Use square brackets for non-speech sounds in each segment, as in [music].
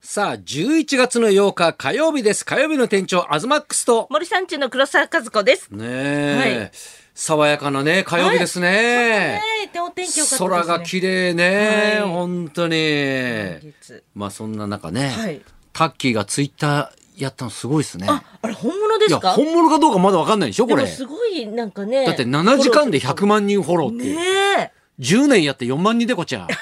さあ、11月の8日火曜日です。火曜日の店長、アズマックスと。森三中の黒沢和子です。ねえ、はい爽やかなね、火曜日ですね。はい、でお天気良かったですね。空が綺麗ね、はい本当に。月まあそんな中ね、はいタッキーがツイッターやったのすごいですね。あ、あれ本物でいすや、か？本物かどうかまだわかんないでしょ、でこもれ。すごいなんかね。だって7時間で100万人フォローっていう。ねえ。 10年やって4万人でこっちゃ。こ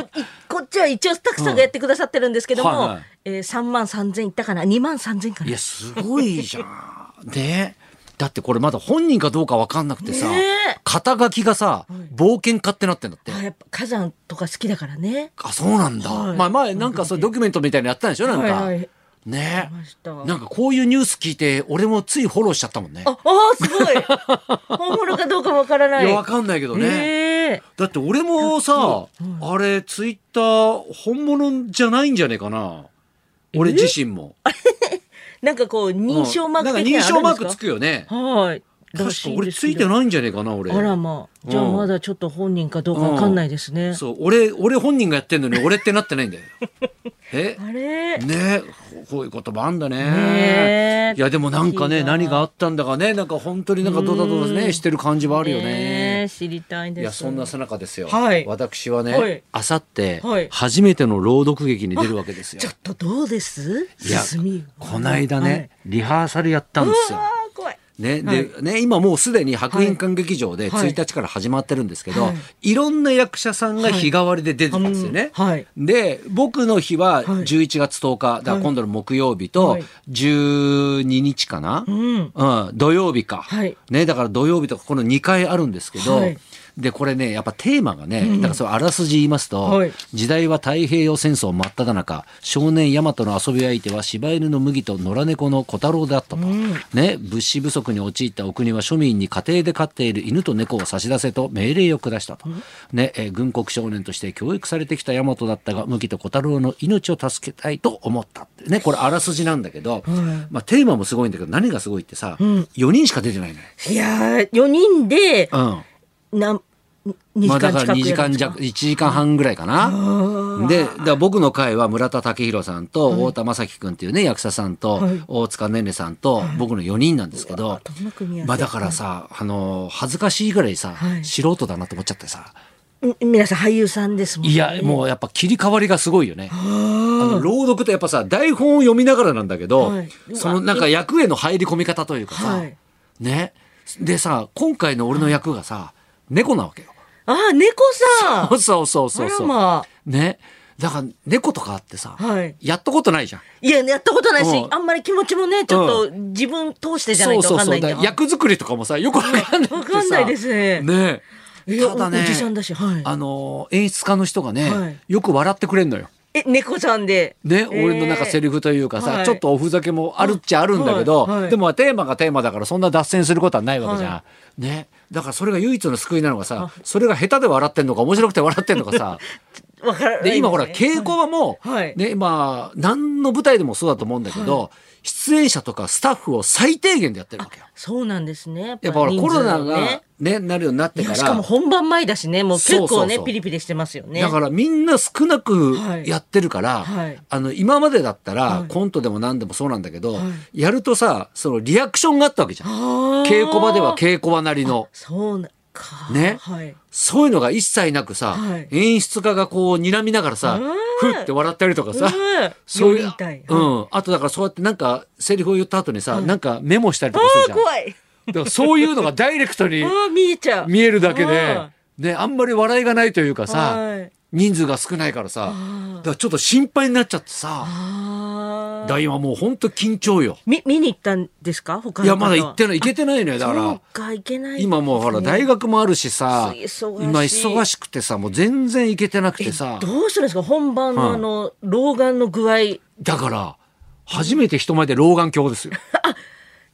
いこっちは一応スタッフさんがやってくださってるんですけども、うんはいはいえ三万三千いったかな、二万三千かいなや、。すごいじゃん。ねだってこれまだ本人かどうかわかんなくてさ、ねえ肩書きがさ、冒険家ってなってんだって。あ、やっぱ火山とか好きだからね。あ、そうなんだ。はいまあ前なんかそういうドキュメントみたいなのやってたんでしょなんか。はいはいねましたなんかこういうニュース聞いて、俺もついフォローしちゃったもんね。あ、あーすごい。本物かどうかわからないい。や、わかんないけどね。ねえ。だって俺もさ、あれ、ツイッター本物じゃないんじゃねえかな。俺自身も。なんかこう認証マークうん的なんか認な証マークつくよね。く。はい。ら確しかん俺ですつけどいてないんじゃねえかな、俺。あらまあ、じゃあうんまだちょっと本人かどうかわかんないですね。そう、俺、俺本人がやってんのに俺ってなって [laughs] ないんだよ。えあれ、ねこういう言葉あんだねね。いや、でもなんかね、不思議何だがあったんだかね、なんか本当になんかドタドタうね、んしてる感じはあるよねえね。知りたいでいす。や、そんなさなかですよ。はい私ははいね、あさってはい、初めての朗読劇に出るわけですよちょ。っとどうですいや進み、こないだね、リハーサルやったんはい。ですうよわ。ー怖い。ね、はで、ね、今もうすでに白銀館劇場ではい1日から始まってるんですけど、、はいろんな役者さんが日替わりで出てたんですよね。はいはいで、僕の日は11月10日、だからはい今度の木曜日とはい12日かな、うん。うん、土曜日か、はいね、だから土曜日とかこの2回あるんですけど、はいでこれねやっぱテーマがね、だからそれあらすじ言いますと、はい時代は太平洋戦争真っ只中少年大和の遊び相手は柴犬の麦と野良猫の小太郎だったと、ね、物資不足に陥ったお国は庶民に家庭で飼っている犬と猫を差し出せと命令を下したと、ねえー軍国少年として教育されてきた大和だったが麦と小太郎の命を助けたいと思ったってねこれあらすじなんだけど、まあ、テーマもすごいんだけど何がすごいってさ、4人しか出てないのよ。いやー、4人で、うんなん、2時まあ間近だくから2時やるん間ですか弱、1時間半ぐらいかな。で、だから僕の会は村田武弘さんと太田正樹君っていうね、役者さんとはい大塚ねねさんと僕の4人なんですけど、どんな組み合わせまあだからさ、あの、恥ずかしいぐらいさは、い素人だなと思っちゃってさ、ん皆さん俳優さんですもんね。いや、もうやっぱ切り替わりがすごいよね。あの朗読ってやっぱさ、台本を読みながらなんだけどはい、そのなんか役への入り込み方というかさはい、ね。でさ、今回の俺の役がさ、猫なわけよ。あー、猫さん。 [laughs] そうそうそうあそらう。まあ。ね。だから猫とかあってさ、はいやったことないじゃん。いや、やったことないしう、んあんまり気持ちもね、ちょっと自分通してじゃないとわかんないんだだから役作りとかもさ、よくわかんない。わかんないですねねいやただおねおじさんだしはいあのー演出家の人がね、はいよく笑ってくれんのよ。え、猫さんで。ね、俺のなんかセリリフというかさ、はいちょっとおふざけもあるっちゃあるんだけど、はいはいでもまあテーマがテーマだからそんな脱線することはないわけじゃん。はね。だからそれが唯一の救いなのがさ、それが下手で笑ってんのか面白くて笑ってんのかさ、わからないすねで今ほら稽古場も、はいねまあ何の舞台でもそうだと思うんだけど、出演者とかスタッフを最低限でやってるわけよ。そうなんですね。やっやっぱほらコ人ロ数ナもがねねなるようになっていかやらしかも本番前だしね、もう結そうそ構うそねう、ピリピリしてますよね。だからみんな少なくはいやってるから、はいあの今までだったら、はいコントでも何でもそうなんだけど、やるとさそのリアクションがあったわけじゃん。稽稽古場では稽古場なりのそうなか。ねはい。そういうのが一切なくさ、はい演出家がこう睨みながらさふって笑ったりとかさ、うんそういよりう痛い。うあん。あとだからそうやってなんかセリフを言った後にさ、なんかメモしたりとかするじーゃん。怖い。だからそういうのがダイレクトにああ、見えちゃう。見えるだけであ、ね、あんまり笑いがないというかはさい、人数が少ないからさ、だからちょっと心配になっちゃってさ、あだーから今もうほんと緊張よ。み、見に行ったんですか他の方いや、まだ行ってない、行けてないのよ。だかそらう、か、行けない。今もうほら、大学学もあるしさ、忙しい今忙しくてさ、もう全然行けてなくてさ、どうするんですか本番のあの、老眼の具合。だから、初めて人前で老眼鏡ですよ。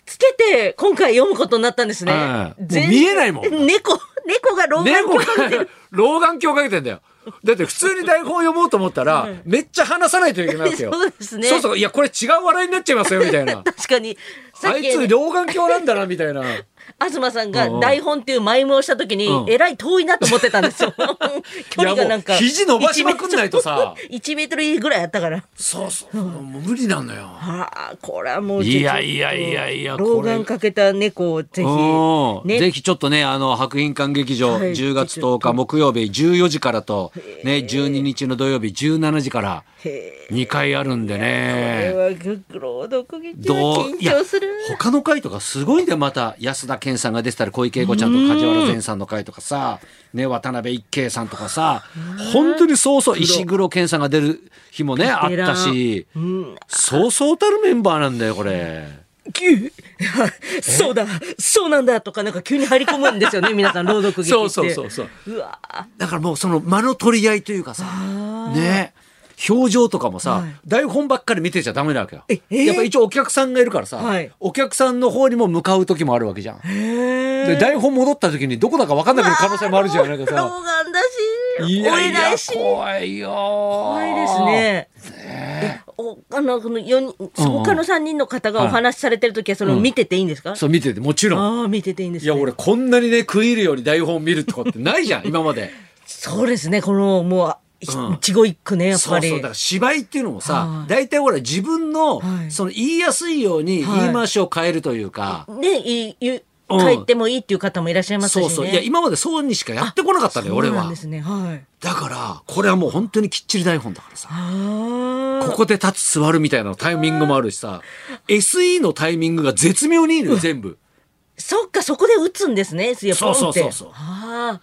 つけて今回読むことになったんですね。はい全もう見えないもん猫、猫が老眼猫鏡かけてがる。老眼鏡かけてんだよ。だって普通に台本読もうと思ったら、めっちゃ話さないといけないわけよ。そうですねそうそう、いや、これ違う笑いになっちゃいますよ、みたいな [laughs] 。確かに。さあっいきつね老眼鏡なんだな、みたいな。東さんうんうがん台本っていうマイムをした時に、うんえらい遠いなと思ってたん [laughs] ですよ。距離がなんか。いやもう肘伸ばしまくんないとさ1メートルぐらいあったから。そうそうもう無理なのよはあ、これはもう。いやいやいやいや老これ眼かけた猫をぜひ。うんねぜひちょっとね、あの、白銀館劇場、はい10月ち10ょっと日木曜日14時からと、ね、12日の土曜日17時からへ2回あるんでえ。こね。れは朗読劇はどう緊いや張する。他の回とかすごいんだよ、また。安田健さんが出てたり、小池栄子ちゃんと梶原善さんの回とかさ、ね、渡辺一慶さんとかさ、本当にそうそう、石黒健さんが出る日もね、あったし、そうそうたるメンバーなんだよ、これ。ぎゅ [laughs] そうだ、そうなんだとかなんか急に張り込むんです [laughs] よね、皆さん朗読劇って。そうそうそうそう。うわあだからもうその間の取り合いというかさ、ね。表情とかもさ、台本ばっかり見てちゃダメなわけよ。ええーやっぱ一応お客さんがいるからさ、はいお客さんの方にも向かう時もあるわけじゃん。で、台本戻った時にどこだか分かんなくなる可能性もあるじゃん。なんか [laughs] さ。老眼だし、いや追えいやないし。怖いよ。怖怖いです。ね。えおあのこの四人、他の三人の方がお話しされてる時はその見てていいんですか？そう見てて、もちろん。ああ見てていいんです、いね。や、俺こんなにね、食い入るように台本見るとかってないじゃん、今まで。そうですね。このもうあうん一語一句ねやっそぱうり。そうだから芝居っていうのもはさい大体ほら自分のはいその言いやすいようにはい言い回しを変えるというか、ねいいゆうん帰ってもいいっていう方もいらっしゃいますしね。そうそういや今までそうにしかやってこなかったのよ俺そうなんはですね。はい。だからこれはもう本当にきっちり台本だからさあこあ。こで立つ座るみたいなタイミングもあるしさ SE のタイミングが絶妙にいいのよ全部そっかそこで打つんですね。そうそうそうそうそうああ。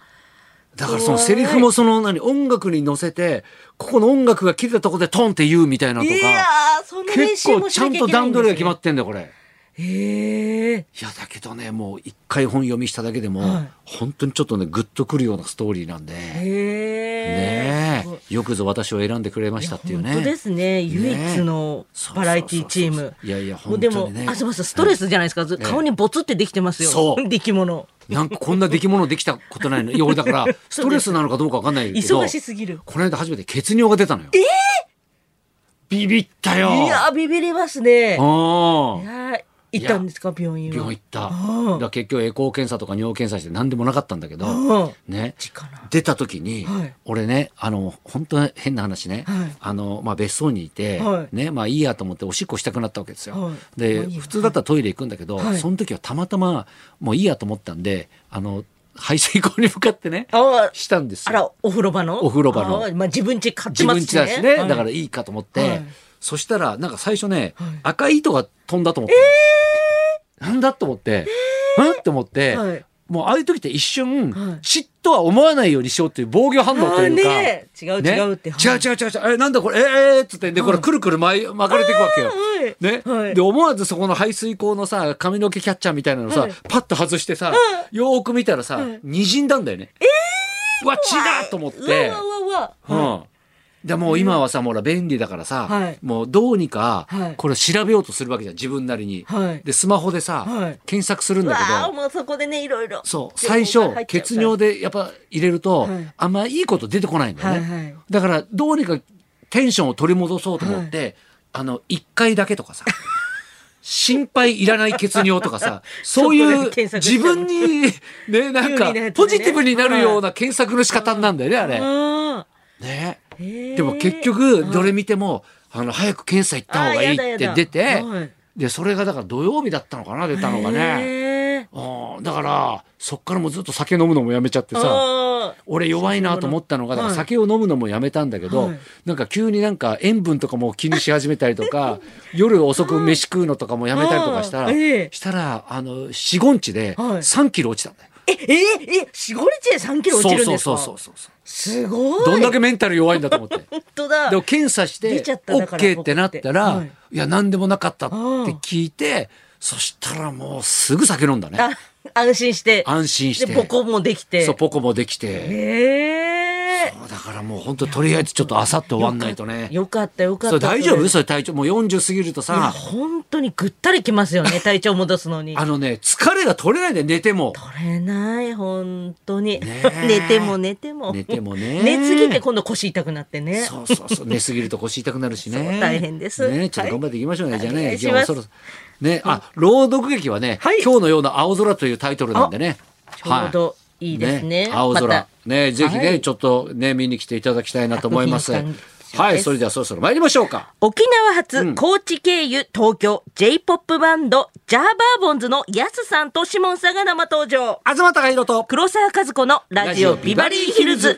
だからそのセリフもその何音楽に乗せてここの音楽が切れたとこでトンって言うみたいないとやかーそんな練結習構もしちゃなきんゃいとけない段んです、ね。取りが決まってんだよこれ。へえ。いやだけどねもう一回本読みしただけでも、はい本当にちょっとねグッとくるようなストーリーなんで、ねへえ。えよくぞ私を選んでくれましたっていうね本当ですね唯一のバラエティチームそうそうそうそういやいやもう本当でにねも東さんストレスじゃないですか、ず顔にボツってできてますよそう [laughs] 出来物なんかこんな出来物できたことないのいや俺だ [laughs] からストレスなのかどうかわかんないけど忙しすぎるこの間初めて血尿が出たのよええビビったよいやービビりますねうんいやー行ったんですか病院は病院行っただうんから結局エコー検査とか尿検査して何でもなかったんだけどうんね力出た時に、はい俺ねあの本当に変な話ね、はいあのまあ、別荘にいて、はいねまあ、いいやと思っておしっこしたくなったわけですよ。はいまであいいや普通だったらトイレ行くんだけど、はいその時はたまたまもういいやと思ったんであの排水溝に向かってねあーしたんですあよ。らお風呂場のお風呂場のあーまあ自分家買って自ま分す家しねだしね、だかはらいいいかと思って、はいそしたらなんか最初ね、はい赤い糸が飛んだと思って、なんだと思って、うんって思って、はいもうああいう時って一瞬、はいちっとは思わないようにしようっていう防御反応というか、あーね違うね違うって違う違う違う違うえなんだこれえー、えーっつってでこれくるくる巻い巻かれていくわけよ。はいねはいで思わずそこの排水口のさ髪の毛キャッチャーみたいなのさ、はいパッと外してさ、よーく見たらさ、滲んだんだよね。えー、うわ血だと思っうわて。うわうわううわ、んでもう今はさ、もうほら便利だからさ、はいもうどうにかはいこれ調べようとするわけじゃん自分なりに。はいでスマホでさ、はい検索するんうだわけど。ーもうそこでねいろいろそう、情報が最初入、っちゃうから血尿でやっぱ入れると、はいあんまいいこと出てこないんだよね。はいはいだから、どうにかテンションを取り戻そうと思って、あの、一回だけとか [laughs] さ、心配いらない血尿とかさ、そういそこうで検索し自ちゃう分に、ね、なんか有利なやつね、ポジティブになるような検索の仕方なんだよね、あれ。うんね。へーでも結局、どれ見ても、あの、早く検査行った方がいあーいやっだてやだ出てはい、で、それがだから土曜日だったのかな、出たのがね。ね。あーだからそっからもうずっと酒飲むのもやめちゃってさあー俺弱いなと思ったのがだからはい酒を飲むのもやめたんだけど、はいなんか急になんか塩分とかも気にし始めたりとか夜遅く飯食うのとかもやめたりとかしたらあーええしたらあの45日ではい3キロ落ちたんだよ。え、え、え、四五日で三キロ落ちるんですか。そうそうそうそうそうすごい。どんだけメンタル弱いんだと思 [laughs] って。本当だ。でも検査して出ちゃっただから OK ってなったら、はいい、や何でもなかったってうん聞いてそしたらもうすぐ酒飲んだねあ、安心して。安心してで、ボコもできて。そうポコもできて。へえ。そうだからもう本当とりあえずちょっとあさって終わんないとねよかったよかっそた。れ大丈夫それ体調もう40過ぎるといやさ本当にぐったりきますよね、体調戻すのに。あのね疲れが取れないで寝ても取れない、本当に。え [laughs] 寝ても寝ても。寝てもね寝すぎて今度腰痛くなってね。そうそう [laughs] そう寝すぎると腰痛くなるしねそう大変ですねちょっと頑張っていきましょうね、はいじゃあお願ねいしますじゃあそろそろねあ朗読劇はね、はい今日のような青空というタイトルなんでねちょうどいいですね。青空、またねぜひね、はいちょっとね見に来ていただきたいなと思い [laughs] ます作品鑑賞ですはいそれではそろそろ参りましょうか沖縄発、高知経由、東京、J-POP バンド、ジャーバーボンズのヤスさんとシモンさんが生登場。東隆弘と黒沢和子のラジオビバリーヒルズ。